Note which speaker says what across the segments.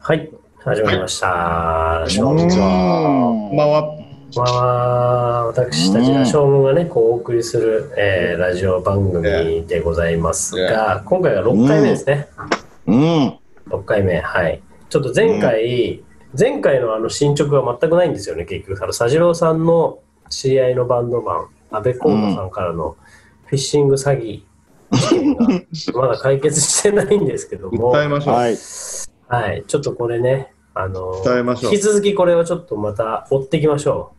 Speaker 1: はい、始まりました。
Speaker 2: こんにちは。
Speaker 3: こんばんは。
Speaker 1: まあ、私たちが将軍がね、こうお送りする、えーラジオ番組でございますが、今回が6回目ですね。
Speaker 2: うん。
Speaker 1: 6回目、はい。ちょっと前回、前回のあの進捗が全くないんですよね、結局。あの、佐治郎さんの知り合いのバンドマン、安倍幸太さんからのフィッシング詐欺事件が、まだ解決してないんですけども。
Speaker 3: 訴えましょう。
Speaker 2: はい。
Speaker 1: はい、ちょっとこれね、あの
Speaker 3: 伝えましょう
Speaker 1: 引き続きこれはちょっとまた追っていきましょ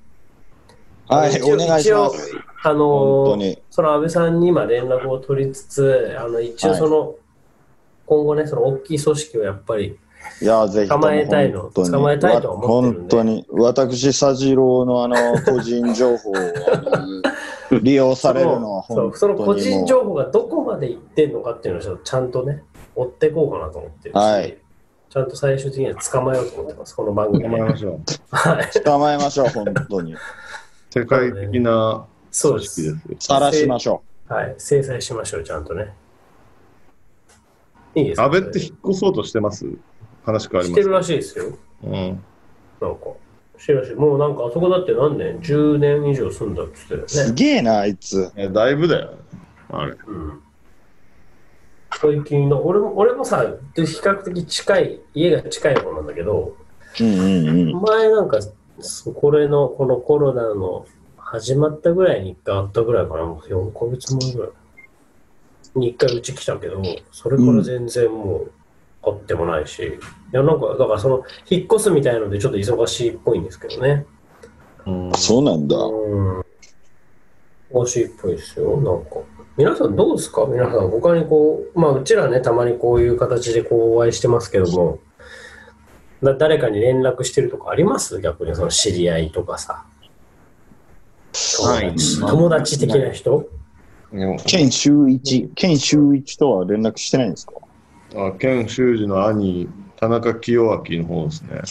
Speaker 1: う。
Speaker 2: はい、
Speaker 1: 一応
Speaker 2: お願いします。
Speaker 1: 一応あの
Speaker 2: 本当に。
Speaker 1: その安倍さんに今連絡を取りつつ、あの一応
Speaker 2: はい
Speaker 1: その、今後ね、その大きい組織をやっぱり、
Speaker 2: いや、ぜひとも
Speaker 1: 捕まえたいの
Speaker 2: 本当に
Speaker 1: 捕まえたいとは思ってるんで
Speaker 2: わ本当に。私、佐治郎のあの、個人情報をあの利用されるのは
Speaker 1: その
Speaker 2: 本
Speaker 1: そうそ
Speaker 2: 当
Speaker 1: の
Speaker 2: にもう。
Speaker 1: 個人情報がどこまでいってんのかっていうのをちょっとちゃんとね、追っていこうかなと思ってるし
Speaker 2: はい
Speaker 1: ちゃんと最終的には捕まえようと思ってます、この番組で
Speaker 3: 頑張りましょう。
Speaker 1: はい、
Speaker 2: 捕まえましょう、本当に。
Speaker 3: 世界的な
Speaker 1: そう
Speaker 3: 組
Speaker 1: で
Speaker 3: 織
Speaker 1: す
Speaker 3: です。
Speaker 2: さらしましょ
Speaker 1: はい、制裁しましょう、ちゃんとね。いいですか
Speaker 3: 安倍って引っ越そうとしてます話変わり
Speaker 1: し
Speaker 3: ま
Speaker 1: て
Speaker 3: す
Speaker 1: る。らしいですよ。
Speaker 3: うん。
Speaker 1: なんか。してるらしい。もうなんかあそこだって何年 ?10 年以上住んだって言っ
Speaker 2: う。
Speaker 1: てたよ
Speaker 2: す
Speaker 1: ね。
Speaker 2: げえな、あいつ。
Speaker 3: えだいぶだよ。あれ。
Speaker 1: うん、最近の俺も、俺もさ、比較的近い、家が近い方なんだけど、
Speaker 2: うんうんうん。
Speaker 1: 前なんか、そこれの、このコロナの始まったぐらいに1回あったぐらいかな、もう4ヶ月前ぐらいに1回うち来たけど、それから全然もう会ってもないし、いやなんか、だからその、引っ越すみたいのでちょっと忙しいっぽいんですけどね。
Speaker 3: うん
Speaker 2: そうなんだ。
Speaker 1: うん。忙しいっぽいですよ、なんか。皆さんどうですか皆さん、他にこう、まあ、うちらね、たまにこういう形でこうお会いしてますけども、だ誰かに連絡してるとかあります逆に、その知り合いとかさ。友
Speaker 3: はい
Speaker 1: 達友達的な人
Speaker 2: ケン周一、ケン周一とは連絡してないんですか
Speaker 3: あ、ケン修二の兄、田中清明の方ですね。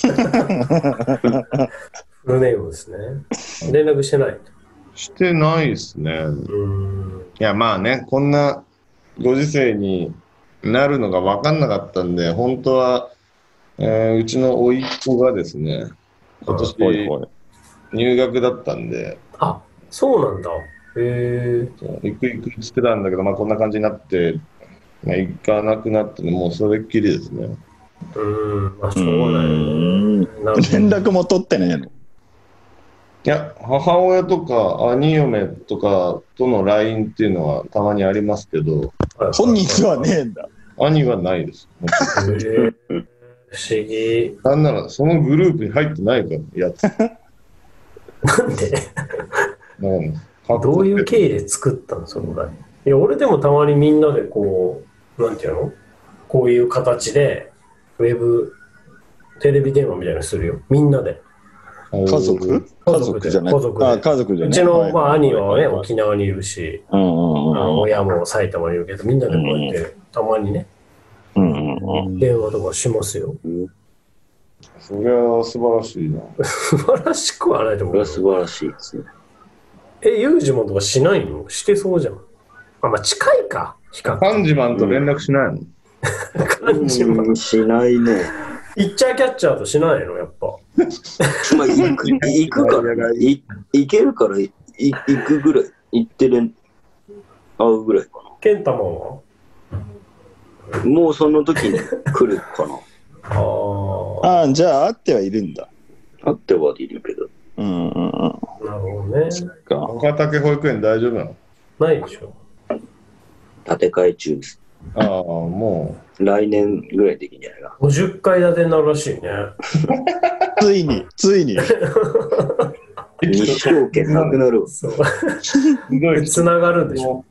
Speaker 1: フルネームですね。連絡してない。
Speaker 3: してないですね。
Speaker 1: うん。
Speaker 3: いや、まあね、こんなご時世になるのが分かんなかったんで、本当は、えーうちの甥っ子がですね、今年
Speaker 2: ほいほい。
Speaker 3: 入学だったんで、
Speaker 1: あ、そうなんだ。へえ。
Speaker 3: 行く行くって言ってたんだけど、まあ、こんな感じになって、まあ、行かなくなったんで、もうそれっきりですね。
Speaker 1: うん。まあ、し
Speaker 2: う
Speaker 1: ょうがないよね。
Speaker 2: ーん
Speaker 1: なるほど
Speaker 2: 連絡も取ってねえの。
Speaker 3: いや、母親とか兄嫁とかとの LINE っていうのはたまにありますけど、
Speaker 2: 本人はねえんだ。
Speaker 3: 兄はないです。
Speaker 1: へえ不思議。
Speaker 3: なんなら、そのグループに入ってないから、や つ。だか
Speaker 1: なんで
Speaker 3: らねか っ
Speaker 1: ど
Speaker 3: こ
Speaker 1: う
Speaker 3: つけて
Speaker 1: いう経緯で作ったのそのライン。いや、俺でもたまにみんなでこう、なんていうのこういう形で、ウェブ、テレビ電話みたいなのするよ。みんなで。
Speaker 3: 家
Speaker 2: 家族家族じゃない。
Speaker 1: 家族で
Speaker 2: あ家族じゃ
Speaker 1: う
Speaker 2: ない。
Speaker 1: ちの、まあ、
Speaker 2: い
Speaker 1: 兄はね、沖縄にいるし、
Speaker 2: うん
Speaker 1: あ
Speaker 2: うん
Speaker 1: の
Speaker 2: うん
Speaker 1: 親も埼玉にいるけど、みんなでこうやって、たまにね、
Speaker 2: うんうんうん。
Speaker 1: 電話とかしますよ。
Speaker 3: それは素晴らしいな。
Speaker 1: 素晴らしくはないと思
Speaker 4: これ
Speaker 1: う
Speaker 4: は。素晴らしいですね。
Speaker 1: え、ユージモンとかしないのしてそうじゃん。あ、まあ、近いか。比 較
Speaker 3: ハンジマンと連絡しないの、
Speaker 1: 感じは。
Speaker 4: うんしないね。
Speaker 1: ピッチャーキャッチャーとしないのやっぱ。
Speaker 4: まあ、行く行くから、い行けるから、い行くぐらい、行ってる、会うぐらいか
Speaker 1: ケンタマンは
Speaker 4: な。もうその時に来るか な。
Speaker 1: あ
Speaker 2: ああ、じゃあ、あってはいるんだ。
Speaker 4: 会ってはいるけど。
Speaker 2: うんうんうん。
Speaker 1: あ、なるほどね。
Speaker 2: か
Speaker 3: 岡竹保育園大丈夫なの
Speaker 1: ないでしょ。
Speaker 4: 建て替え中です。
Speaker 3: ああ、も
Speaker 4: 来年ぐらいできんじゃないか
Speaker 1: 50階建てになるらしいね。
Speaker 2: ついに、つ いに。
Speaker 3: う。
Speaker 4: な。日照圏なくなるわ。
Speaker 1: そう。
Speaker 3: ひ どい。
Speaker 1: 繋がるんでしょ。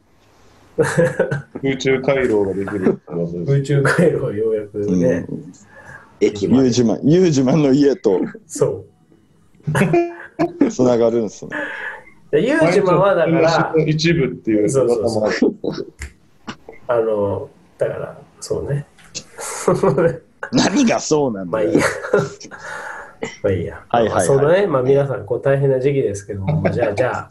Speaker 3: 空中回廊ができるってことです。
Speaker 1: 宇宙回路はようやくね。
Speaker 4: 駅ま
Speaker 2: ユー
Speaker 4: で。
Speaker 2: ジマン、ユージマンの家と
Speaker 1: そう。
Speaker 2: つながるんすね。
Speaker 1: でユージマンはだから、
Speaker 3: 一部っていう
Speaker 1: そうそうそう
Speaker 3: そう
Speaker 1: あの、だから、そうね。
Speaker 2: 何がそうなん
Speaker 1: まあ
Speaker 2: だ
Speaker 1: いい
Speaker 2: よ。
Speaker 1: や。 まあいいや。
Speaker 2: はいはいはい
Speaker 1: そのね、まあ皆さん、こう大変な時期ですけど も、まあじゃあ、じゃあ、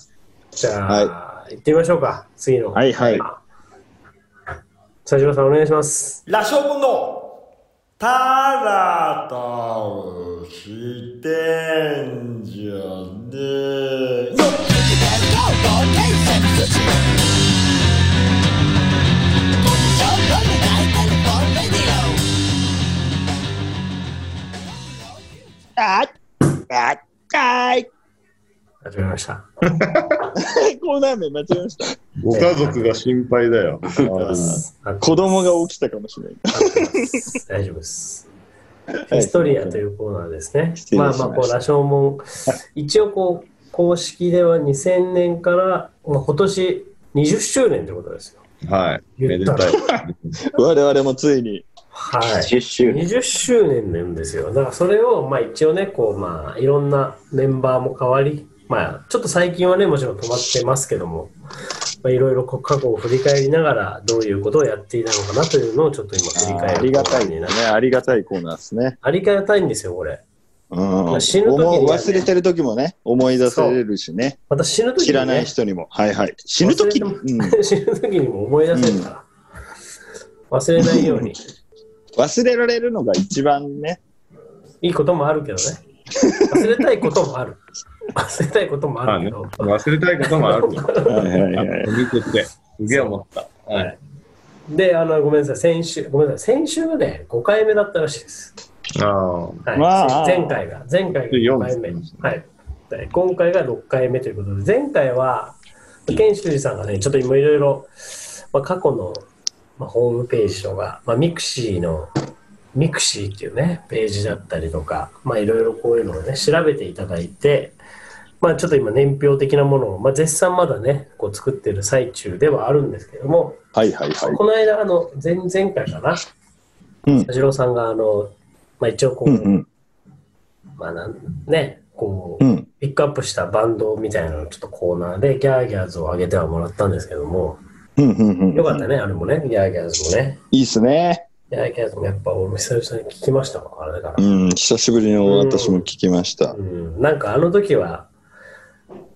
Speaker 1: じゃあ、行ってみましょうか。次の。
Speaker 2: はいはい。
Speaker 1: 佐島さん、お願いします。
Speaker 5: ラショウモンのタラタ
Speaker 2: あっ、あっかい。
Speaker 1: 始めました。
Speaker 2: コーナー名間違えました。
Speaker 3: ご家族が心配だよ。
Speaker 2: 子供が
Speaker 1: き
Speaker 2: 起きたかもしれない。
Speaker 1: 大丈夫です。
Speaker 2: い
Speaker 1: ヒストリアというコーナーですね。
Speaker 2: 失礼し
Speaker 1: ま
Speaker 2: ま
Speaker 1: あ
Speaker 2: し
Speaker 1: ま
Speaker 2: た
Speaker 1: あ、こう、羅生門、一応こう、公式では2000年から、まあ、今年20周年ということですよ。
Speaker 3: はい。
Speaker 1: 言
Speaker 3: め
Speaker 1: っ
Speaker 3: で
Speaker 1: たら
Speaker 3: たい。
Speaker 2: 我々もついに。
Speaker 1: はい。
Speaker 4: 10周年。
Speaker 1: 20周年なんですよ。だからそれを、まあ一応ね、こう、まあいろんなメンバーも変わり、まあちょっと最近はね、もちろん止まってますけども、まあいろいろこう過去を振り返りながら、どういうことをやっていたのかなというのをちょっと今振り返る。
Speaker 2: ありがたいね。
Speaker 1: な
Speaker 2: ありがたいコーナーですね。
Speaker 1: ありがたいんですよ、これ。
Speaker 2: うん。
Speaker 1: 死ぬ時にはね
Speaker 2: 思う忘れてる時もね、思い出されるしね。
Speaker 1: また死ぬ時
Speaker 2: 知
Speaker 1: に、ね、
Speaker 2: らない人にも。はいはい。死ぬ時
Speaker 1: 忘
Speaker 2: うん。
Speaker 1: 死ぬ時にも思い出せるから、忘れないように
Speaker 2: 忘れられるのが一番ね。
Speaker 1: いいこともあるけどね忘れたいこともある忘れたいこともあるけど、
Speaker 3: 忘れたいこともあるよ。
Speaker 2: はいはい
Speaker 3: あ
Speaker 2: はい。
Speaker 3: 見てて、すげえ思った。はい。
Speaker 1: であのごめんなさい先週ごめんなさい先週がね5回目だったらしいです、
Speaker 3: ああ。
Speaker 1: はい
Speaker 2: わあ
Speaker 1: 前回が前回が5回目、
Speaker 3: 四です
Speaker 1: はい、で今回が6回目ということで前回は健修二さんがねちょっと今いろいろまあ過去の、まあ、ホームページとか、まあ、ミクシーのミクシーっていうね、ページだったりとか、まあいろいろこういうのをね、調べていただいて、まあちょっと今年表的なものを、まあ絶賛まだね、こう作ってる最中ではあるんですけども、
Speaker 2: はいはいはい。
Speaker 1: この間、あの、前々回かな、
Speaker 2: うん
Speaker 1: 田郎さんが、あの、まあ一応こう、
Speaker 2: うんうん。
Speaker 1: まあなんね、こう、
Speaker 2: うん。
Speaker 1: ピックアップしたバンドみたいなのをちょっとコーナーで、ギャーギャーズを上げてはもらったんですけども、
Speaker 2: うんうんう
Speaker 1: よ
Speaker 2: ん。
Speaker 1: かったね、あれもね、ギャーギャーズもね。
Speaker 2: いいっすね。
Speaker 1: ギャーギャーズもやっぱ俺も久々に聞きましたもん、あれだから
Speaker 2: う。ん。久しぶりに私も聞きました。
Speaker 1: うんなんかあの時は、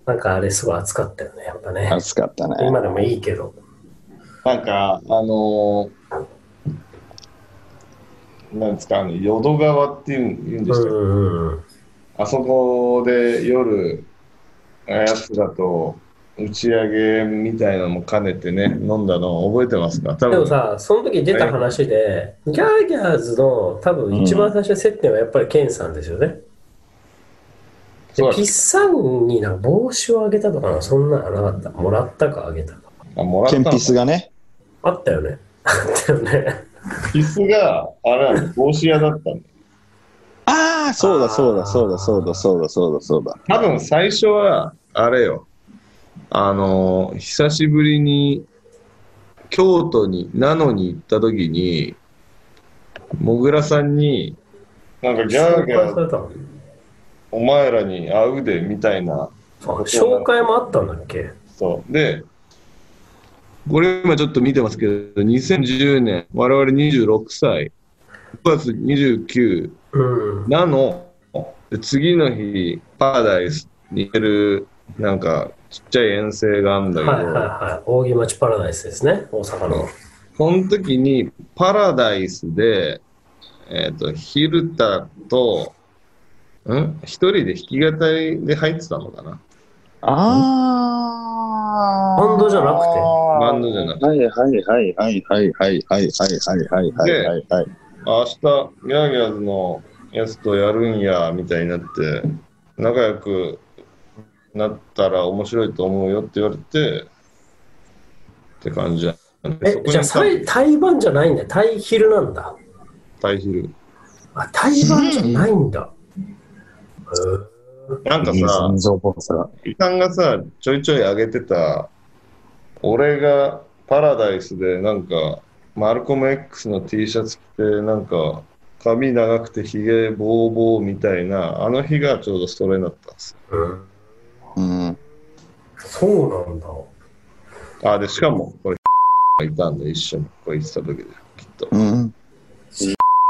Speaker 1: なんかあれすごい熱かったよね、やっぱね。
Speaker 2: 暑かったね。
Speaker 1: 今でもいいけど。
Speaker 3: なんか、あのーなんですか、あの淀川っていうん言うんで
Speaker 1: う
Speaker 3: し
Speaker 1: ん
Speaker 3: たっけ
Speaker 1: うんうん。
Speaker 3: あそこで夜、やつだと、打ち上げみたいなのも兼ねてね、飲んだの覚えてますか多
Speaker 1: でも
Speaker 3: 分
Speaker 1: さ、その時出た話で、ギャーギャーズの多分一番最初の接点はやっぱりケンさんですよね。で
Speaker 3: そうだ
Speaker 1: ピッサンになんか帽子をあげたとかな、そんなのなかった。もらったかあげたか。
Speaker 3: あもらっ
Speaker 2: ケ
Speaker 3: た
Speaker 2: ン
Speaker 3: の
Speaker 2: ピスがね。
Speaker 1: あったよね。あったよね。
Speaker 3: ピスが、あれなの、帽子屋だったの。
Speaker 2: ああ、そうだそうだそうだそうだそうだそうだそうだ。
Speaker 3: 多分最初は、あれよ、あのー久しぶりに、京都に、ナノに行った時に、もぐらさんに、なんかギャーギャ
Speaker 1: 紹介さ
Speaker 3: ー、
Speaker 1: れたの
Speaker 3: お前らに会うで、みたいな
Speaker 1: あ紹介もあったんだっけ
Speaker 3: そう。で、これ今ちょっと見てますけど、2010年、我々26歳、5月29、
Speaker 1: うん。
Speaker 3: なの、で次の日、パラダイスに行ける、なんか、ちっちゃい遠征があるんだ
Speaker 1: は
Speaker 3: け
Speaker 1: い
Speaker 3: ど、
Speaker 1: はいはい。扇町パラダイスですね、大阪の。
Speaker 3: その時に、パラダイスで、えっ、と、ヒルタと、ん一人で弾き語りで入ってたのかな
Speaker 2: ああ。
Speaker 1: バンドじゃなくて
Speaker 2: バ
Speaker 3: バンドじゃなく
Speaker 2: て。はいはいはいはいはいはいはいはいはいはいはいはい。
Speaker 3: 明日、ギャーギャーズのやつとやるんや、みたいになって、仲良くなったら面白いと思うよって言われて、って感じじゃん。
Speaker 1: え、じゃあ、それ、対バンじゃないんだ。対ヒルなんだ。
Speaker 3: 対比る。
Speaker 1: あ、対バンじゃないんだ。
Speaker 3: なんかさ、
Speaker 2: 情報さ。
Speaker 3: 伊さんがさ、ちょいちょい上げてた、俺がパラダイスで、なんか、マルコム X の T シャツ着て、なんか、髪長くてひげぼうぼうみたいな、あの日がちょうどそれだったんです。
Speaker 1: へーうん
Speaker 2: うん。
Speaker 1: そうなんだ。
Speaker 3: あ、で、しかも、これ、 がいたんで、一緒にこれ言ってた時で、きっと。
Speaker 2: うん。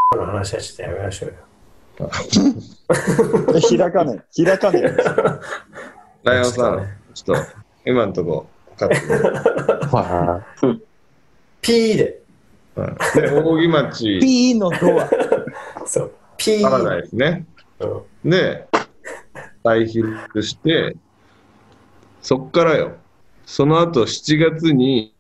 Speaker 1: この話はちょっとやめましょうよ。
Speaker 2: 開かねえ。開かねえ。
Speaker 3: ライオン
Speaker 1: ちょ
Speaker 3: さ
Speaker 1: っと
Speaker 3: ん
Speaker 1: ね、
Speaker 3: ちょっと、今のとこ、カットで。
Speaker 1: ピーで。
Speaker 3: はいで、扇町、
Speaker 2: ピーのドア。
Speaker 1: そう。ピー。
Speaker 3: パラダイスね。
Speaker 1: うん
Speaker 3: で、大ヒットして、そっからよ。その後、7月に、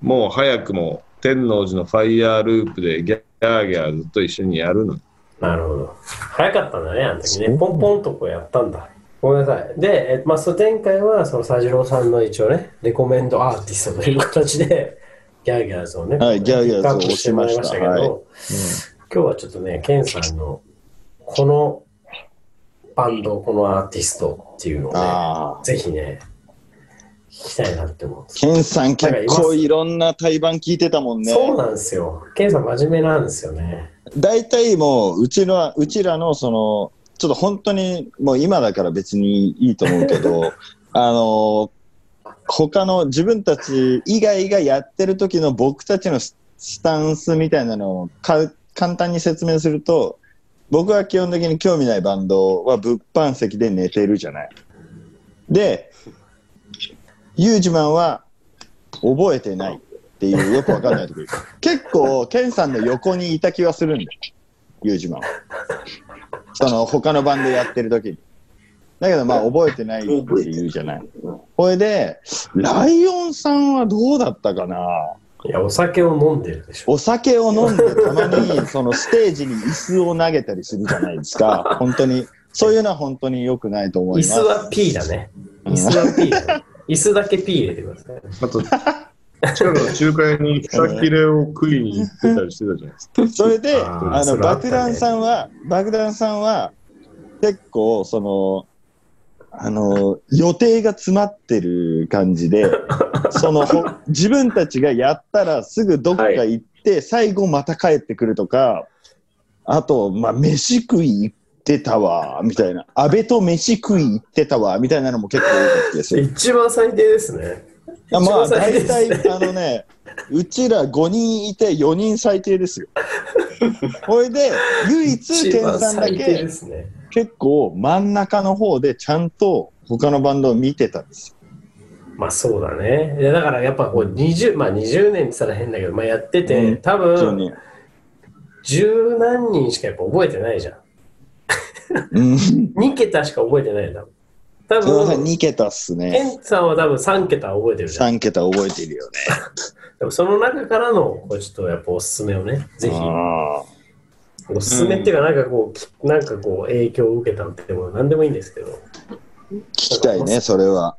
Speaker 3: もう 早くも、天王寺のファイヤーループで、ギャーギャーずっと一緒にやるの。
Speaker 1: なるほど。早かったんだね、あの時ね。ポンポンとこうやったんだ。ごめんなさい。で、えまあ、そう前回は、その佐治郎さんの一応ね、レコメンドアーティストという形で、ギャーギャーズをね、
Speaker 2: はいギャーギャーズ
Speaker 1: ピッ
Speaker 2: を
Speaker 1: クアップしてもらいましたけど、
Speaker 2: 押し
Speaker 1: 今日はちょっとね、ケンさんの、このバンド、このアーティストっていうのをね、
Speaker 2: ああ。
Speaker 1: ぜひね、聞きたいなって思うんです。
Speaker 2: ケンさん結構いろんな対バン聞いてたもんね。
Speaker 1: そうなんですよ。ケンさん真面目なんですよね。
Speaker 2: 大体もう、うちの、うちらのその、ちょっと本当に、もう今だから別にいいと思うけ ど、あの、他の自分たち以外がやってる時の僕たちのススタンスみたいなのをか簡単に説明すると、僕は基本的に興味ないバンドは物販席で寝てるじゃない。で、ユージマンは覚えてないっていうよくわかんない時。結構、ケンさんの横にいた気はするんだよ。ユージマンは。その、他のバンドやってる時に。だけど、まあ、覚えてないって言うじゃない。これで、ライオンさんはどうだったかない
Speaker 1: や、お酒を飲んでるでしょ。
Speaker 2: お酒を飲んでたまに、そのステージに椅子を投げたりするじゃないですか。本当に。そういうのは本当に良くないと
Speaker 1: 椅
Speaker 2: 思います。
Speaker 1: 子は P だね。椅子は P だ ね。椅子だけ P 入れてください。
Speaker 3: あと、近くの中華屋に草切れを食いに行ってたりしてたじゃないですか。
Speaker 2: それで、
Speaker 1: あー
Speaker 2: あ
Speaker 1: そ
Speaker 2: の、
Speaker 1: れあった
Speaker 2: 爆
Speaker 1: ね
Speaker 2: 弾さんは、爆弾さんは、結構、その、あの、予定が詰まってる感 じで、その、ほ自分たちがやったらすぐどっか行って、最後また帰ってくるとか、あと、まあ、飯食い行ってたわ、みたいな。安倍と飯食い行ってたわ、みたいなのも結構多かったですよ。
Speaker 1: 一番最低ですね。
Speaker 2: あまあ、
Speaker 1: 一番最低
Speaker 2: 大
Speaker 1: ですね
Speaker 2: 体、あのね、うちら5人いて4人最低ですよ。ほいで、唯一、
Speaker 1: 一
Speaker 2: ケン
Speaker 1: 番
Speaker 2: さんだ
Speaker 1: 最低で
Speaker 2: け
Speaker 1: すね。
Speaker 2: 結構真ん中の方でちゃんと他のバンドを見てたんです
Speaker 1: まあそうだね。いやだからやっぱこう20、まあ20年って言ったら変だけど、まあやってて、
Speaker 2: うん
Speaker 1: 多
Speaker 2: よ。
Speaker 1: 分
Speaker 2: ね
Speaker 1: 十何人しかやっぱ覚えてないじゃん。
Speaker 2: うん。すい
Speaker 1: 2桁しか覚えてないだろ。多
Speaker 2: ません、
Speaker 1: 分、
Speaker 2: 2桁っす
Speaker 1: ケ
Speaker 2: ね。
Speaker 1: ンさんは多分3桁は覚えてるじゃん。
Speaker 2: 3桁覚えてるよね。
Speaker 1: でもその中からの、こうちょっとやっぱおすすめをね、ぜひ。
Speaker 2: あ
Speaker 1: おすすめっていうか、なんかこうき、なんかこう影響を受けたっても何でもいいんですけど、
Speaker 2: ー聞きたいね、それは。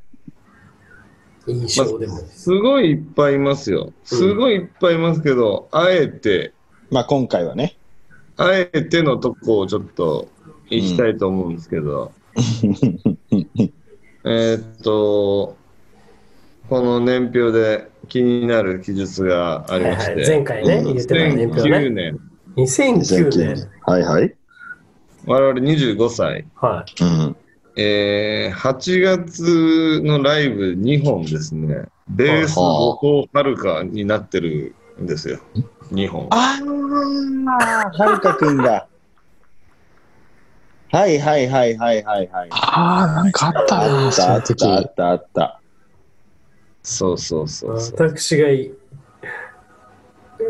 Speaker 1: 印象でも。
Speaker 3: すごいいっぱいいますよ。すごいいっぱいいますけど、あえて、
Speaker 2: まあ、今回はね。
Speaker 3: あえてのとこをちょっと行きたいと思うんですけど、 えーっと、この年表で気になる記述がありまし
Speaker 1: は
Speaker 3: て、
Speaker 1: いはい前回ね言ってた年表ね
Speaker 3: 2009年、
Speaker 1: 2009年。
Speaker 2: はいはい。
Speaker 3: 我々25歳、
Speaker 1: は
Speaker 2: うん。
Speaker 3: えー、8月のライブ2本ですね、ベース、
Speaker 2: は
Speaker 3: ボコはるかになってるんですよ、2本。
Speaker 2: ああ、はるかくんが。はいはいはいはいはいはい。
Speaker 5: ああ、なんかあった
Speaker 2: あ
Speaker 5: な、
Speaker 2: ったあ
Speaker 5: その
Speaker 2: っ
Speaker 5: 時。
Speaker 2: たあったあった。
Speaker 3: そうそう
Speaker 1: い。
Speaker 3: そうそう。
Speaker 1: 私がい、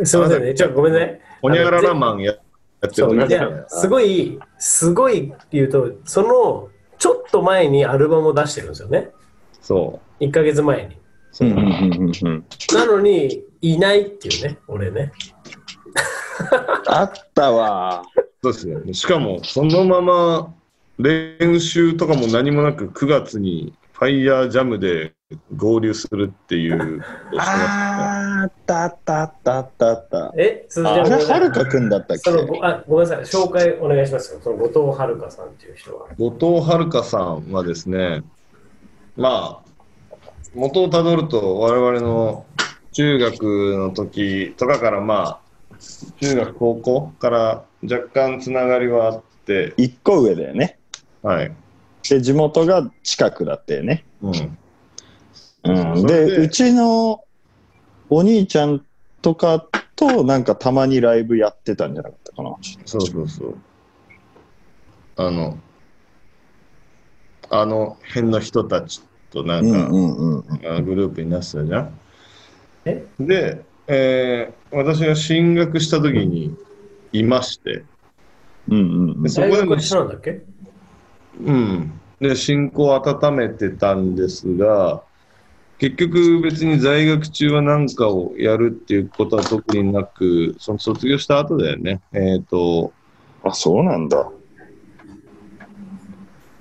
Speaker 1: すいませんね。ちょ、ごめんね。
Speaker 3: ほにゃららマンやって
Speaker 1: そ
Speaker 3: る
Speaker 1: う
Speaker 3: 時
Speaker 1: いやすごい、すごい言うと、その、ちょっと前にアルバムを出してるんですよね。
Speaker 3: そう。
Speaker 1: 1ヶ月前に。
Speaker 2: うんうんうんうんうん
Speaker 1: なのに、いないっていうね、俺ね。
Speaker 2: あったわ。
Speaker 3: そうですね。しかも、そのまま練習とかも何もなく、9月にファイヤージャムで合流するっていう。
Speaker 2: あーあったあったあったあったあった。
Speaker 1: え、鈴ち
Speaker 2: あ
Speaker 1: ゃん。
Speaker 2: れ、はる
Speaker 1: か
Speaker 2: かくんだったっけ
Speaker 1: そのごあごめんなさい、紹介お願いしますよ。その後藤遥さんっていう人は。
Speaker 3: 後藤遥さんはですね、まあ、元をたどると、我々の中学の時とかから、まあ、中学、高校から若干つながりはあって、
Speaker 2: 一個上だよね。
Speaker 3: はい。
Speaker 2: で、地元が近くだったよね。
Speaker 3: うん。
Speaker 2: うん、
Speaker 3: それ
Speaker 2: で、うちのお兄ちゃんとかと、なんかたまにライブやってたんじゃなかったかな。
Speaker 3: そうそうそう。あの、あの辺の人たちとな
Speaker 2: うんん
Speaker 3: か、
Speaker 2: うんうんうん。
Speaker 3: あグループになってたじゃん。
Speaker 1: え
Speaker 3: で、えー私が進学した時にいまして、
Speaker 2: うんうんうん
Speaker 3: でそこ
Speaker 1: 大
Speaker 3: で
Speaker 1: 学
Speaker 3: も
Speaker 1: 一、緒なんだっけ
Speaker 3: うん。で、進行を温めてたんですが、結局別に在学中は何かをやるっていうことは特になく、その卒業した後だよね。えっ、と、
Speaker 2: あ、そうなんだ。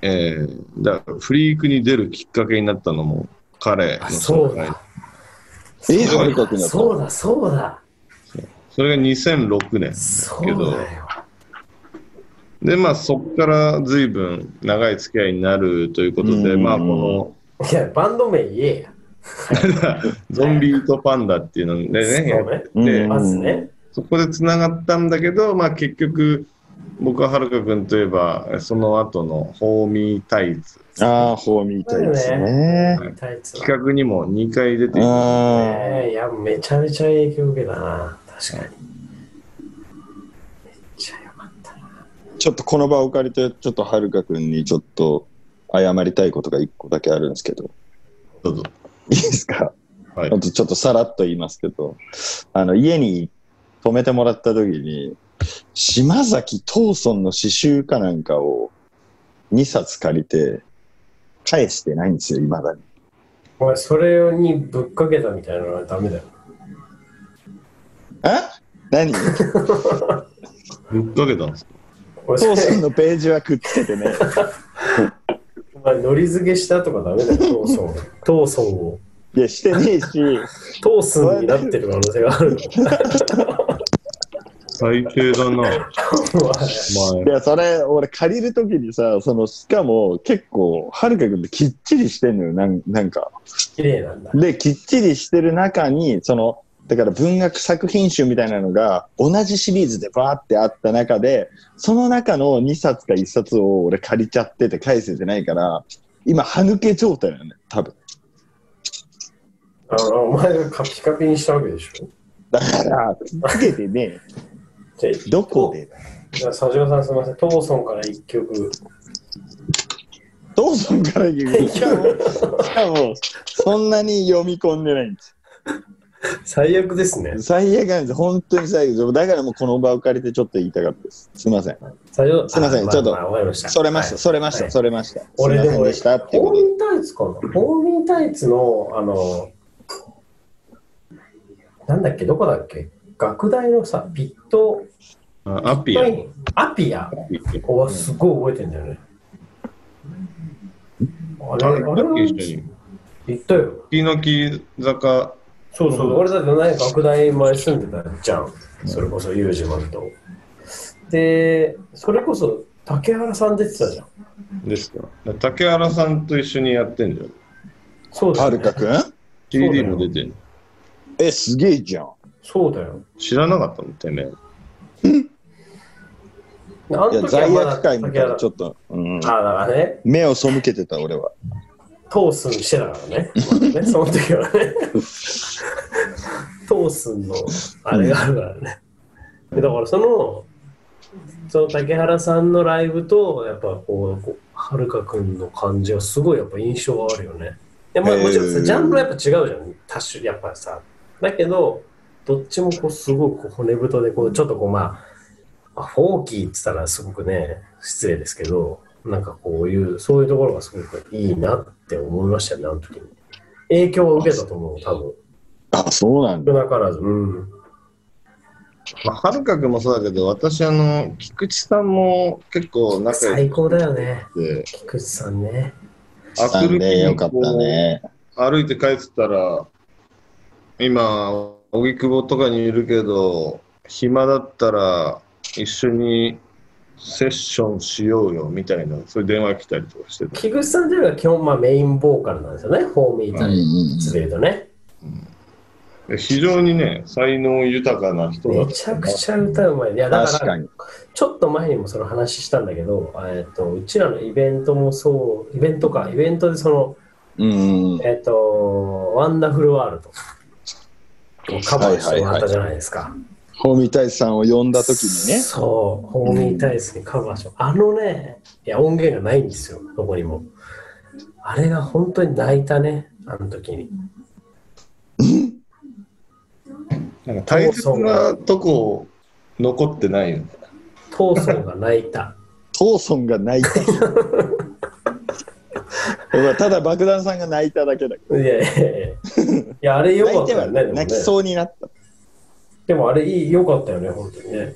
Speaker 3: えー、だからフリークに出るきっかけになったのも彼の
Speaker 1: あ、そう
Speaker 3: 存在
Speaker 1: だ。
Speaker 2: え、はるかくんだった
Speaker 1: そうだ、そうだ。
Speaker 3: それが2006年。
Speaker 1: そうだよ。
Speaker 3: で、まあそこから随分長い付き合いになるということで、
Speaker 2: うん
Speaker 3: まあこ
Speaker 1: いや、バンド名言えや。
Speaker 3: の ゾンビートパンダっていうのでね、や
Speaker 1: そう
Speaker 3: っ
Speaker 1: ね。
Speaker 3: てて、
Speaker 2: うん
Speaker 1: まずね。
Speaker 3: そこでつながったんだけど、まあ結局、僕ははるか君といえば、その後のホーミータイツ。
Speaker 2: ああ、ほうみたいですね。
Speaker 1: タイツは。
Speaker 3: 企画にも2回出ていて、
Speaker 2: あ
Speaker 1: えーいや、めちゃめちゃ影響受けたな。確かに。めっちゃよかったな。
Speaker 2: あ、ちょっとこの場を借りて、ちょっとはるかくんにちょっと謝りたいことが一個だけあるんですけど、
Speaker 3: どうぞ。
Speaker 2: いいですか
Speaker 3: はい
Speaker 2: ほんとちょっとさらっと言いますけど、あの、家に泊めてもらった時に、島崎藤村の詩集かなんかを2冊借りて、返してないんですよ、未だに。
Speaker 1: お前、それにぶっかけたみたいなのはダメだよ。
Speaker 2: え何
Speaker 3: ぶっかけたんですか
Speaker 1: お前、
Speaker 2: 父
Speaker 1: そ
Speaker 2: さ
Speaker 1: れ
Speaker 2: んのページはくっつけてね。
Speaker 1: お前乗り付けしたとかダメだよ、トーソン。トーソンを。
Speaker 2: いや、してねえし、
Speaker 1: トースンになってる可能性があるの。
Speaker 3: 最低だな、お前
Speaker 2: い。や、それ、俺借りるときにさ、その、しかも結構、はるかくんってきっちりしてんのよ、なんなんか。
Speaker 1: 綺麗なんだ。
Speaker 2: で、きっちりしてる中に、その、だから文学作品集みたいなのが同じシリーズでバーってあった中で、その中の2冊か1冊を俺借りちゃってて返せてないから、今、歯抜け状態なのよ、多分。
Speaker 1: あのお前がカピカピにしたわけでしょ
Speaker 2: だから、くっつけてね、
Speaker 1: じゃあ
Speaker 2: どこで
Speaker 1: じゃあ、佐治さんすみません。トーソンから一曲。
Speaker 2: どうぞから言う。しかも、しかもそんなに読み込んでないんです。
Speaker 1: 最悪ですね。
Speaker 2: 最悪なんです。本当に最悪です。だからもうこの場を借りてちょっと言いたかったです。すいません。
Speaker 1: 佐治
Speaker 2: すいませんちょっと
Speaker 1: わかりました。
Speaker 2: それました、
Speaker 1: はい
Speaker 2: それました、
Speaker 1: はい
Speaker 2: それました。
Speaker 1: 俺
Speaker 2: すい
Speaker 1: で
Speaker 2: ません
Speaker 1: も、
Speaker 2: でしたっていう
Speaker 1: ホ
Speaker 2: こ
Speaker 1: ーミータイツかなホーミータイツの、あの、なんだっけ、どこだっけ学大のさ、ピット
Speaker 3: あアピア。
Speaker 1: アピア。おわ、すごい覚えてんだよね。あれ、あれは
Speaker 3: 一緒に。
Speaker 1: 言ったよ。
Speaker 3: ピノキ坂、
Speaker 1: そうそう、俺だってね、学大前住んでたじゃん。それこそ、ユージマンと。で、それこそ、竹原さん出てたじゃん。
Speaker 3: ですか。竹原さんと一緒にやってんじゃん。
Speaker 1: そう
Speaker 2: と。
Speaker 1: だ
Speaker 2: は
Speaker 1: よ、
Speaker 2: る
Speaker 1: ね
Speaker 2: か。くん
Speaker 3: CD も出てる。
Speaker 2: え、すげえじゃん。
Speaker 1: そうだよ。
Speaker 3: 知らなかったの、てめえ。
Speaker 1: あの
Speaker 2: いや、
Speaker 1: 時は
Speaker 2: 罪
Speaker 1: まだ
Speaker 2: 悪感
Speaker 1: 竹
Speaker 2: みたいな、
Speaker 1: 原
Speaker 2: ちょっと、うん、
Speaker 1: ああ、だからね、
Speaker 2: 目を背けてた、俺は。
Speaker 1: トースンしてたからね、ねその時はね。トースンのあれがあるからね。だからその、その竹原さんのライブと、やっぱこう、こうはるかくんの感じはすごいやっぱ印象があるよね。いやまあ、
Speaker 2: へー
Speaker 1: もちろんさジャンルはやっぱ違うじゃん、多種、やっぱさ。だけど、どっちもこうすごくこう骨太で、こうちょっとこうまあ、あフォーキーって言ったらすごくね、失礼ですけど、なんかこういう、そういうところがすごくいいなって思いましたよね、あの時に。影響を受けたと思う、多分。
Speaker 2: あ、そうなんだ。
Speaker 1: 少なからず。うん。
Speaker 3: まあ、はるかくんもそうだけど、私、あの、菊池さんも結構仲良
Speaker 1: 最
Speaker 3: く
Speaker 1: 高だよね、
Speaker 3: て、
Speaker 1: 菊池さんね。
Speaker 2: あんでよかったね。
Speaker 3: 歩いて帰ってたら、今、荻窪とかにいるけど、暇だったら一緒にセッションしようよみたいな、そういう電話来たりとかしてた。
Speaker 1: 菊池さんというのは基本、まあ、メインボーカルなんですよね、ホーミー
Speaker 2: うん
Speaker 1: タ
Speaker 2: うん
Speaker 1: イ
Speaker 2: うん
Speaker 1: ツでいうとね。
Speaker 3: で非常にね、才能豊かな人だ
Speaker 1: め
Speaker 3: っ
Speaker 1: ち
Speaker 3: た
Speaker 1: ゃ
Speaker 3: な。
Speaker 1: くちゃ歌うまい。いや、だ
Speaker 2: 確
Speaker 1: か、
Speaker 2: からに。
Speaker 1: ちょっと前にもその話したんだけど、えっと、うちらのイベントもそう、イベントか、イベントでその、
Speaker 2: うんうん。
Speaker 1: えっ、と、ワンダフルワールド。カバーしてもらったじゃないですか。
Speaker 2: ホーミー大使さんを呼んだ時にね。
Speaker 1: そう、ホーミータイツにカバーしよう。あのね、いや、音源がないんですよ、どこにも。あれが本当に泣いたね、あの時に。
Speaker 3: なんか大切なとこ残ってないよね。
Speaker 1: 闘争が泣いた。
Speaker 2: トーソンが泣いた。俺はただ爆弾さんが泣いただけだけ
Speaker 1: いやいやいや。いや、あれ良か
Speaker 2: ど。
Speaker 1: っ
Speaker 2: 泣い
Speaker 1: てた
Speaker 2: は
Speaker 1: よね。
Speaker 2: な
Speaker 1: で
Speaker 2: い
Speaker 1: もね
Speaker 2: 泣きそうになった。
Speaker 1: でもあれいい良かったよね、本当にね。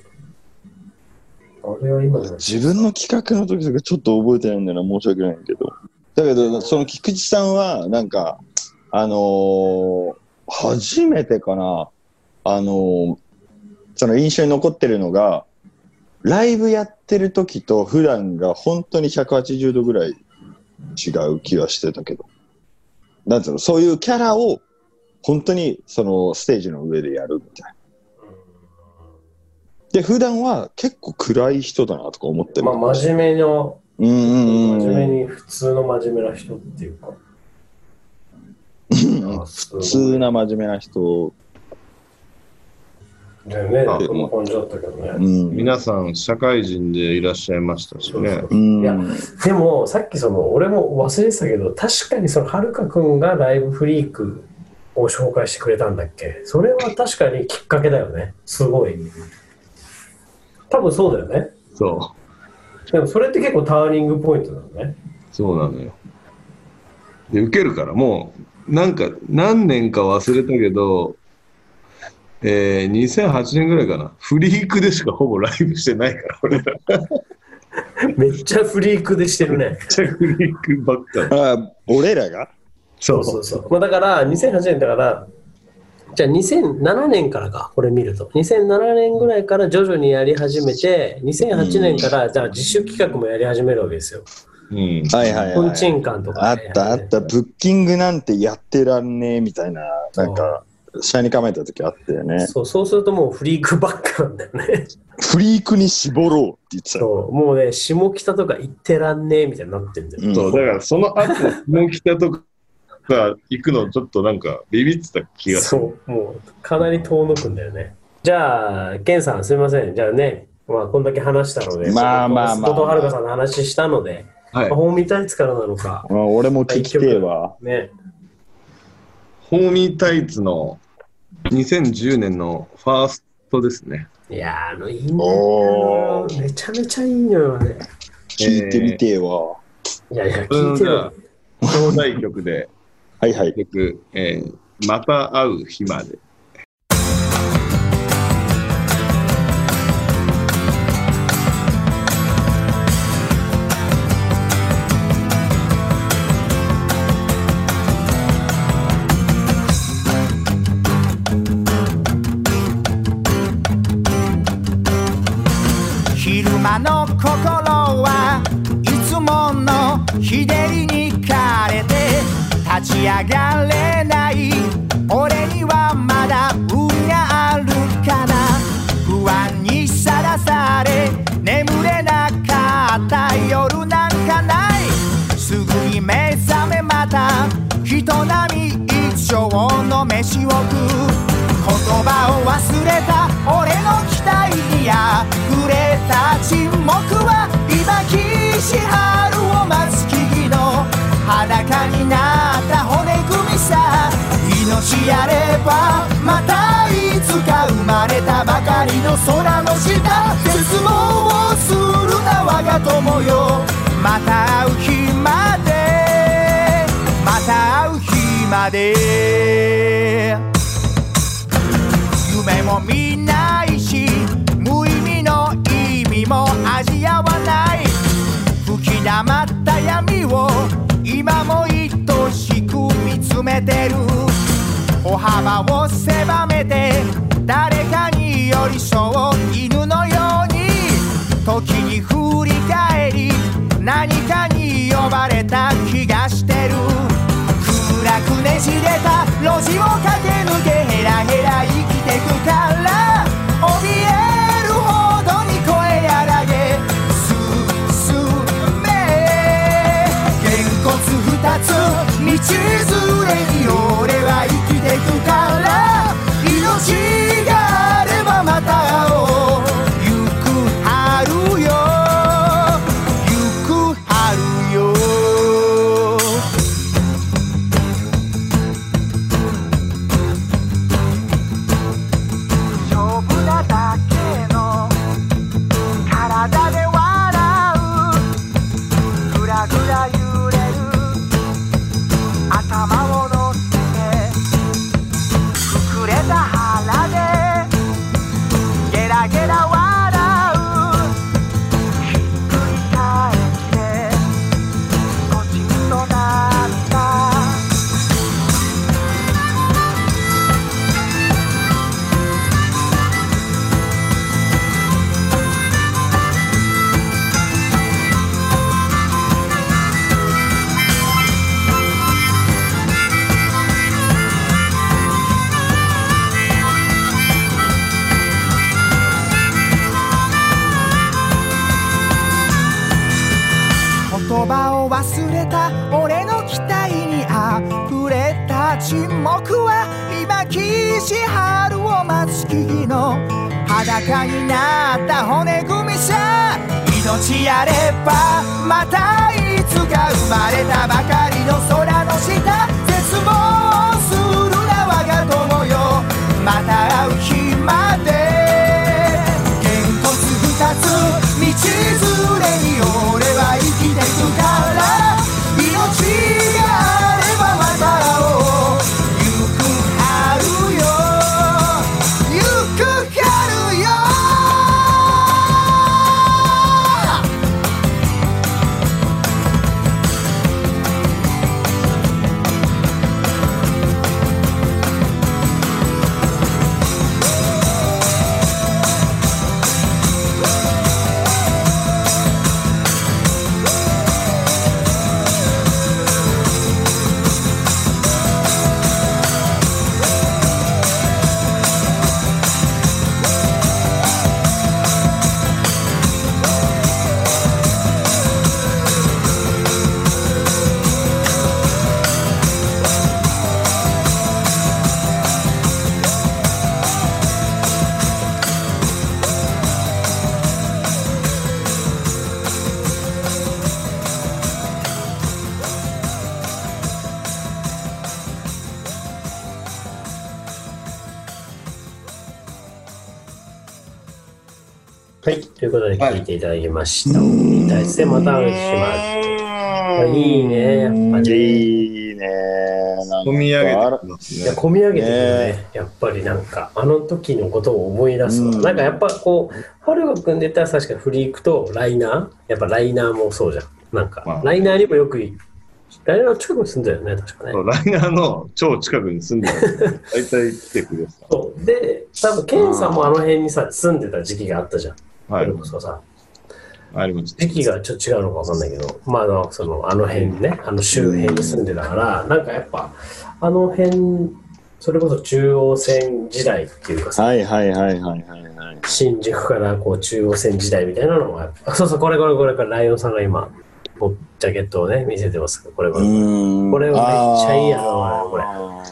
Speaker 1: あれは今じゃない
Speaker 2: 自分の企画の時とかちょっと覚えてないんだよな、申し訳ないけど。だけど、その菊池さんは、なんか、あのー初めてかな、あのーその印象に残ってるのが、ライブやってる時と普段が本当に180度ぐらい違う気はしてたけど。なんつうの、そういうキャラを本当にそのステージの上でやるみたいな。で、普段は結構暗い人だなとか思ってる。
Speaker 1: まあ、真面目の、
Speaker 2: うんうんうん
Speaker 1: 真面目に普通の真面目な人っていうか。
Speaker 2: う
Speaker 1: 普
Speaker 2: ん普通な真面目な人。
Speaker 1: だよね、
Speaker 3: あ
Speaker 1: こんな感じだったけどね。
Speaker 2: うん。
Speaker 3: 皆さん、社会人でいらっしゃいましたし
Speaker 1: そう
Speaker 3: ね
Speaker 1: そ。う
Speaker 2: うん
Speaker 1: いやでも、さっきその、俺も忘れてたけど、確かにその、はるかくんがライブフリークを紹介してくれたんだっけそれは確かにきっかけだよね。すごい。多分そうだよね。
Speaker 3: そ
Speaker 1: でもそれって結構ターニングポイントだよね。
Speaker 3: う。そうなのよ。で、受けるから、もう、なんか、何年か忘れたけど、えー、2008年ぐらいかな。フリークでしかほぼライブしてないから、 俺ら。めっ
Speaker 1: めっちゃフリークでしてるね。
Speaker 3: ちゃフリークばっか。
Speaker 2: あ俺らが
Speaker 1: そうそうそう。まあ、だから、2008年だから、じゃあ2007年からか、これ見ると。2007年ぐらいから徐々にやり始めて、2008年から、じゃあ自主企画もやり始めるわけですよ。
Speaker 3: うん。
Speaker 2: はいはい
Speaker 1: トン
Speaker 2: は
Speaker 1: チ
Speaker 2: い。
Speaker 1: ンカンと
Speaker 2: あ
Speaker 1: か
Speaker 2: っ
Speaker 1: ね、
Speaker 2: たあった。ブッキングなんてやってらんねえみたいな、なんか、下に構えた時あったよね。
Speaker 1: そうそうするともうフリークばっかなんだよね。
Speaker 2: フリークに絞ろうって言ってたよ。
Speaker 1: そうもうね、下北とか行ってらんねえみたいになってんだよ。
Speaker 2: うん
Speaker 3: そう、だからその後、下北とか行くの、ちょっとなんか、ビビってた気がする。
Speaker 1: そう、もうかなり遠のくんだよね。じゃあ、ケンさんすみません。じゃあね、まあ、こんだけ話したので、
Speaker 2: まあまあまあ
Speaker 1: 後藤はるかさんの話したので、
Speaker 3: はい。
Speaker 1: ホーミータイツからなのか、
Speaker 2: あ俺も聞きてえわ。
Speaker 1: ね、
Speaker 3: ホーミータイツの2010年のファーストですね。
Speaker 1: いやー、あの、いいね
Speaker 2: お。
Speaker 1: めちゃめちゃいいのよね。
Speaker 2: 聞いてみてえわ。
Speaker 1: いやいや、
Speaker 3: それ
Speaker 1: 聞
Speaker 3: の
Speaker 1: いて
Speaker 3: じ
Speaker 1: る
Speaker 3: ゃあ、兄弟曲で、
Speaker 2: はいはい。
Speaker 3: 曲、えーまた会う日まで。
Speaker 5: 昼間の心はいつもの日照りに枯れて立ち上がれない俺にはまだ運があるかな不安にさらされ眠れなかった夜なんかないすぐに目覚めまた人並み一丁の飯を食う言葉を忘れた俺の期待にあふれた沈黙は今岸春を待つ木々の裸になった骨組みさ命やればまたいつか生まれたばかりの空の下絶望をするな我が友よまた会う日までまた会う日まで夢も見ないし無意味の意味も味合わない吹き溜まった闇を今も愛しく見つめてる歩幅を狭めて誰かに寄り添う犬のように時に振り返り何かに呼ばれた気がしてる暗くねじれた路地を駆け抜けヘラヘラ生きてくから怯えるほどに声やらげ進めげんこつ二つ道連れに俺は生きてくから命があればまた会おうゆく春よゆく春よ丈夫なだけの体で笑うぐらぐら揺れる頭を乗せても忘れた俺の期待にあふれた沈黙は今岸春を待つ木々の裸になった骨組みさ命あればまたいつか生まれたばかりの空の下絶望するな我が友よまた会う日まで煙突二つ道連れに俺は生きてくから命があればまた会おうゆく春よゆく春よ
Speaker 1: はい、ということで聞いていただきました。に対してまたお会いします。いいね、やっぱり。
Speaker 2: いいねなんか
Speaker 3: 込み上げてきます
Speaker 1: い
Speaker 3: ね
Speaker 1: や、。込み上げてくるね
Speaker 2: ね
Speaker 1: やっぱりなんか、あの時のことを思い出すわ、
Speaker 2: うん
Speaker 1: なんかやっぱこう、春が組んでたら確かにフリークとライナー、やっぱライナーもそうじゃん。なんか、
Speaker 3: まあ
Speaker 1: ライナーにもよく、ライナーの近くに住んだよね、確かね
Speaker 3: そ。うライナーの超近くに住んでるから。大体来てくれて
Speaker 1: そうで、多分、ケンさんもあの辺にさ、住んでた時期があったじゃん。
Speaker 3: た。はい
Speaker 1: それ。こそさ、
Speaker 3: ありました。
Speaker 1: 時期がちょっと違うのかわかんないけど、まあ、あの、その、あの辺にね、あの周辺に住んでたから、なんかやっぱ、あの辺、それこそ中央線時代っていうかさ、
Speaker 2: はいはいはいはいはいはい。
Speaker 1: 新宿からこう中央線時代みたいなのがあそうそうこれこれこれこれライオンさんが今こうジャケットをね見せてますけどこれこれ、
Speaker 2: うん
Speaker 1: これめっちゃいいやろなこれ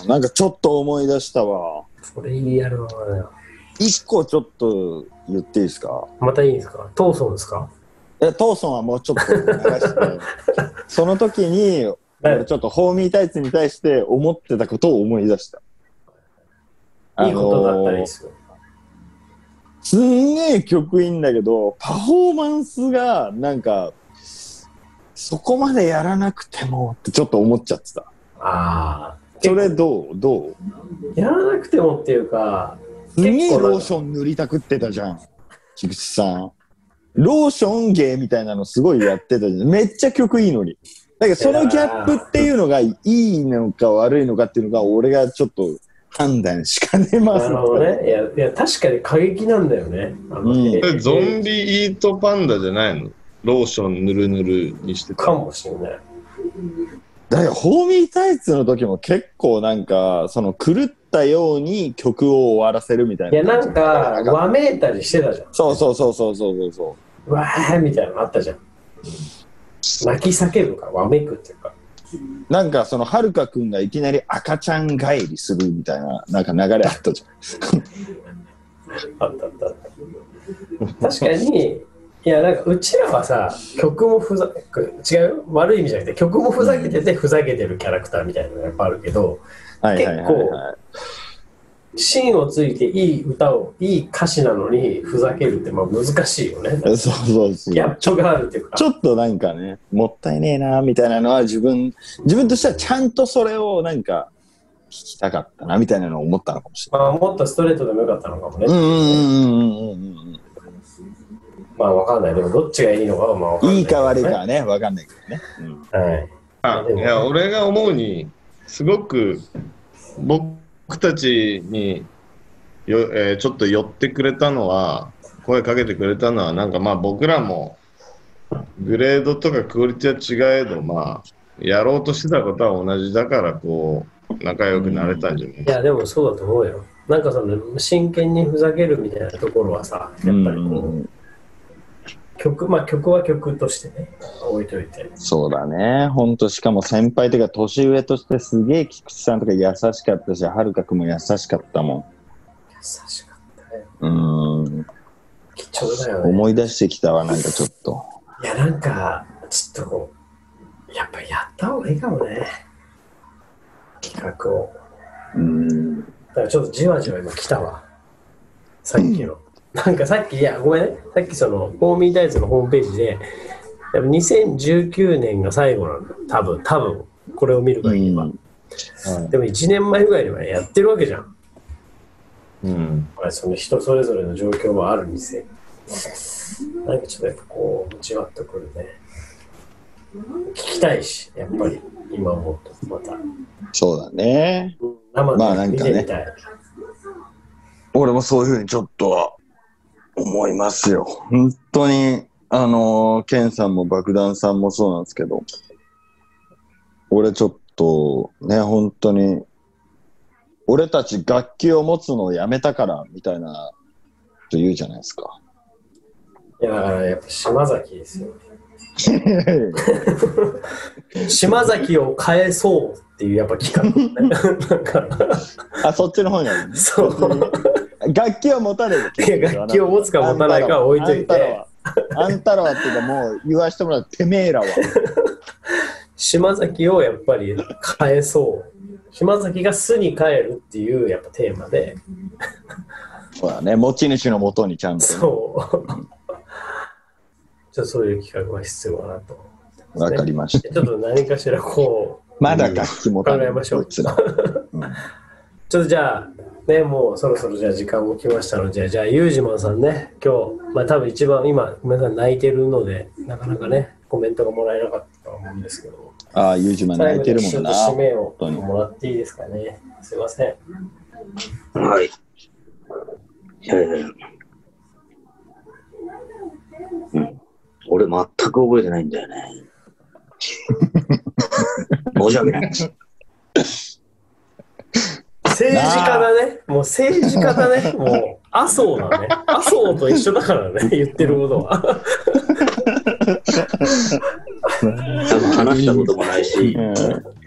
Speaker 2: れ。なんかちょっと思い出したわ。
Speaker 1: これいいやろうな
Speaker 2: 一個ちょっと言っていいですか
Speaker 1: またいいんですかトーソンですか
Speaker 2: え、トーソンはもうちょっと流 して、その時に、俺ちょっとホーミータイツに対して思ってたことを思い出した。
Speaker 1: いいことだったらいいですよ、
Speaker 2: すんげえ曲いいんだけど、パフォーマンスが、なんか、そこまでやらなくてもってちょっと思っちゃってた。
Speaker 1: ああ
Speaker 2: それどうどう
Speaker 1: やらなくてもっていうか
Speaker 2: すんげえ
Speaker 1: 結構なんか
Speaker 2: ローション塗りたくってたじゃん。菊池さん。ローション芸みたいなのすごいやってたじゃん。めっちゃ曲いいのに。だけどそのギャップっていうのがいいのか悪いのかっていうのが俺がちょっと判断しかねま
Speaker 1: な
Speaker 2: す
Speaker 1: るほどねいやいや確かに過激なんだよねあの
Speaker 2: うん
Speaker 1: え
Speaker 3: え
Speaker 1: ー
Speaker 3: ゾンビイートパンダじゃないのローションぬるぬるにしてた。
Speaker 1: かもしれない
Speaker 2: だからホーミータイツの時も結構なんかその狂ったように曲を終わらせるみたい
Speaker 1: い
Speaker 2: な
Speaker 1: やなんかわめいたりしてたじゃん
Speaker 2: そうそうそうそうそうそうそう
Speaker 1: わーみたいなのあったじゃん泣き叫ぶかわめくっていうか
Speaker 2: うなんかそのはるかくんがいきなり赤ちゃん帰りするみたいななんか流れあったじゃん
Speaker 1: あったあったあった。確かに、いや、なんかうちらはさ、曲もふざ違うよ悪い意味じゃなくて、曲もふざけてて、ふざけてるキャラクターみたいなのがやっぱあるけど、
Speaker 2: はいはいはい、はい、
Speaker 1: 芯をついていい歌を、いい歌詞なのに、ふざけるってまあ難しいよね。
Speaker 2: そうそうそう
Speaker 1: ギャップがあるっていうか。
Speaker 2: ちょっとなんかねもったいねえなみたいなのは自分自分としてはちゃんとそれをなんか聞きたかったなみたいなのを思ったのかもし
Speaker 1: まあ、もっとストレートでもよかったのかもね。
Speaker 2: れないうんうんうんうんうん
Speaker 1: まあ、わかんない。でも、どっちがいいのかはまあわか
Speaker 2: うん
Speaker 1: ないい
Speaker 2: い
Speaker 1: けど
Speaker 2: か
Speaker 1: ね、
Speaker 2: 悪いかはねわかんないけどね、うん
Speaker 1: はい。
Speaker 3: あいや俺が思うにすごく僕たちによ、えーちょっと寄ってくれたのは声かけてくれたのはなんかまあ僕らもグレードとかクオリティは違えどまあやろうとしてたことは同じだからこう仲良くなれたんじゃない
Speaker 1: いや、でもそうだと思うよ。なんかその、真剣にふざけるみたいなところはさ、やっぱりこう、
Speaker 2: うん
Speaker 1: 曲、まあ曲は曲としてね、置いといて。
Speaker 2: そうだね。ほんと、しかも先輩というか、年上としてすげえ菊池さんとか優しかったし、はるかくんも優しかったも
Speaker 1: 優しかったね。
Speaker 2: ん。うーん。
Speaker 1: 貴重だよね。
Speaker 2: 思い出してきたわ、なんかちょっと。
Speaker 1: いや、なんか、ちょっとこう、やっぱりやった方がいいかもね。企画を。
Speaker 2: うーん。
Speaker 1: だからちょっとじわじわ今来たわ。さっきの。なんかさっき、いや、ごめんね。さっきその、ホーミーダイズのホームページで、やっぱ2019年が最後なんだ。多分、多分。これを見る限りは。でも1年前ぐらいにはやってるわけじゃん。
Speaker 3: うん。
Speaker 1: まあその人それぞれの状況はあるにせよ。なんかちょっとやっぱこう、じわっとくるね。聞きたいし、やっぱり、今思うと、また。
Speaker 2: そうだね。まあ
Speaker 1: 生
Speaker 2: な
Speaker 1: で
Speaker 2: ん
Speaker 1: 見
Speaker 2: か
Speaker 1: て
Speaker 2: ね
Speaker 1: みたい。
Speaker 2: 俺もそういうふうにちょっとは思いますよ。本当に、あのー、ケンさんも爆弾さんもそうなんですけど、俺ちょっと、ね、本当に、俺たち楽器を持つのをやめたから、みたいな、と言うじゃないです か。
Speaker 1: いや、だからやっぱ島崎ですよ。島崎を変えそうっていうやっぱ企画、ね、なん か
Speaker 2: あ、そっちの方にある、ね、
Speaker 1: そう
Speaker 2: 楽器を持たれる。
Speaker 1: いや楽器を持つか持たないかは置いといて
Speaker 2: あんたらは。あんたらはっていうかもう言わしてもらうてめえらは。
Speaker 1: 島崎をやっぱり変えそう島崎が巣に帰るっていうやっぱテーマで
Speaker 2: そうだね。持ち主のもとにちゃんとね、
Speaker 1: そう ちょっとそういう企画は必要かなと
Speaker 2: わかりました。
Speaker 1: ちょっと何かしらこう
Speaker 2: まだ楽器持たな
Speaker 1: 考
Speaker 2: い。
Speaker 1: えましょう
Speaker 2: こいつら
Speaker 1: ちょっとじゃあねもうそろそろじゃあ時間も来ましたのでじゃあユージマンさんね今日まあ多分一番今皆さん泣いてるのでなかなかねコメントがもらえなかったと思うんですけど
Speaker 2: ああ、ユージマン泣いてるもんな。
Speaker 1: 最後にちょっと締
Speaker 2: 本当
Speaker 1: めを
Speaker 2: に
Speaker 1: もらっていいですかね。すいません。
Speaker 4: はい。いやいやいや。うん。俺全く覚えてないんだよね。申し訳ない。
Speaker 1: 政治家だね。もう政治家だね。もう麻生だね。麻生と一緒だからね、言ってることは。
Speaker 4: 多分話したこともないし、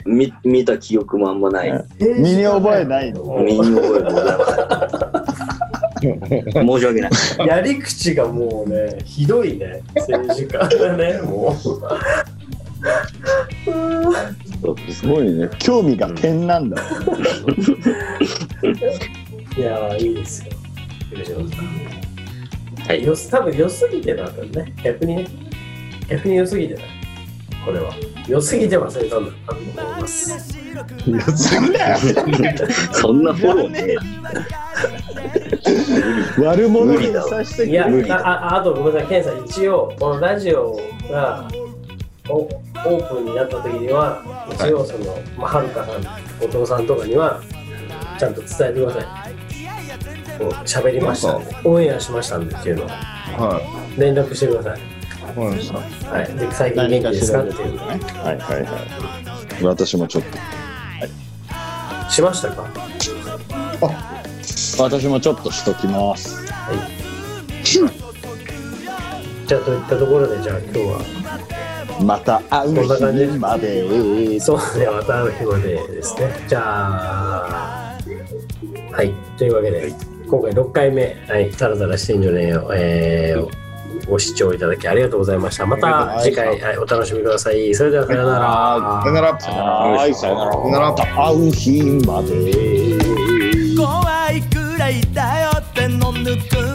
Speaker 4: 見見た記憶もあんまない。
Speaker 2: うん身に覚えないの。
Speaker 4: 身に覚えもございません。申し訳ない。
Speaker 1: やり口がもうね、ひどいね。政治家だね、 もう。
Speaker 2: すごいね。興味が点なんだ。
Speaker 1: いやー、いいですよ。よろしく
Speaker 4: はい
Speaker 1: よす多分良すぎてたんだよね。逆にね。逆に良すぎてた。これは。良すぎて忘れたんだったと思います。
Speaker 4: そんなフォローね。
Speaker 2: 悪者に
Speaker 4: 無理だわ
Speaker 2: さして
Speaker 1: いや、
Speaker 4: 無理だ
Speaker 1: あああとごめんなさい、ケンさん、一応、このラジオがおオープンになった時には、一応、その、まあ、はるかさん、後藤さんとかには、ちゃんと伝えてください。もう喋りましたんで、オンエアしましたんでっていうのを、
Speaker 3: は
Speaker 1: 連絡してください。
Speaker 3: い。わかりました。
Speaker 1: はい、で最近
Speaker 2: 何
Speaker 1: 元気
Speaker 2: か
Speaker 1: で
Speaker 2: し
Speaker 1: すからっ
Speaker 2: で
Speaker 1: て
Speaker 2: と
Speaker 1: い
Speaker 2: いううね。はいはいはい。私もちょっ
Speaker 1: しましたか
Speaker 2: と。私もちょっとしときます。
Speaker 1: じゃあ、といったところで、じゃあ今日は、
Speaker 2: また会う日まで。
Speaker 1: そうですね、また会う日までですね。じゃあ、はい、というわけで、今回6回目、はい、たらたらしてんじゃねえよ、えーご視聴いただきありがとうございました。また次回、はい、お楽しみください。それでは、さようなら。
Speaker 3: さよなら。さ
Speaker 2: はい、さよなら。
Speaker 3: よなら。
Speaker 2: 会う日まで。
Speaker 5: 怖いくらいだよってのぬく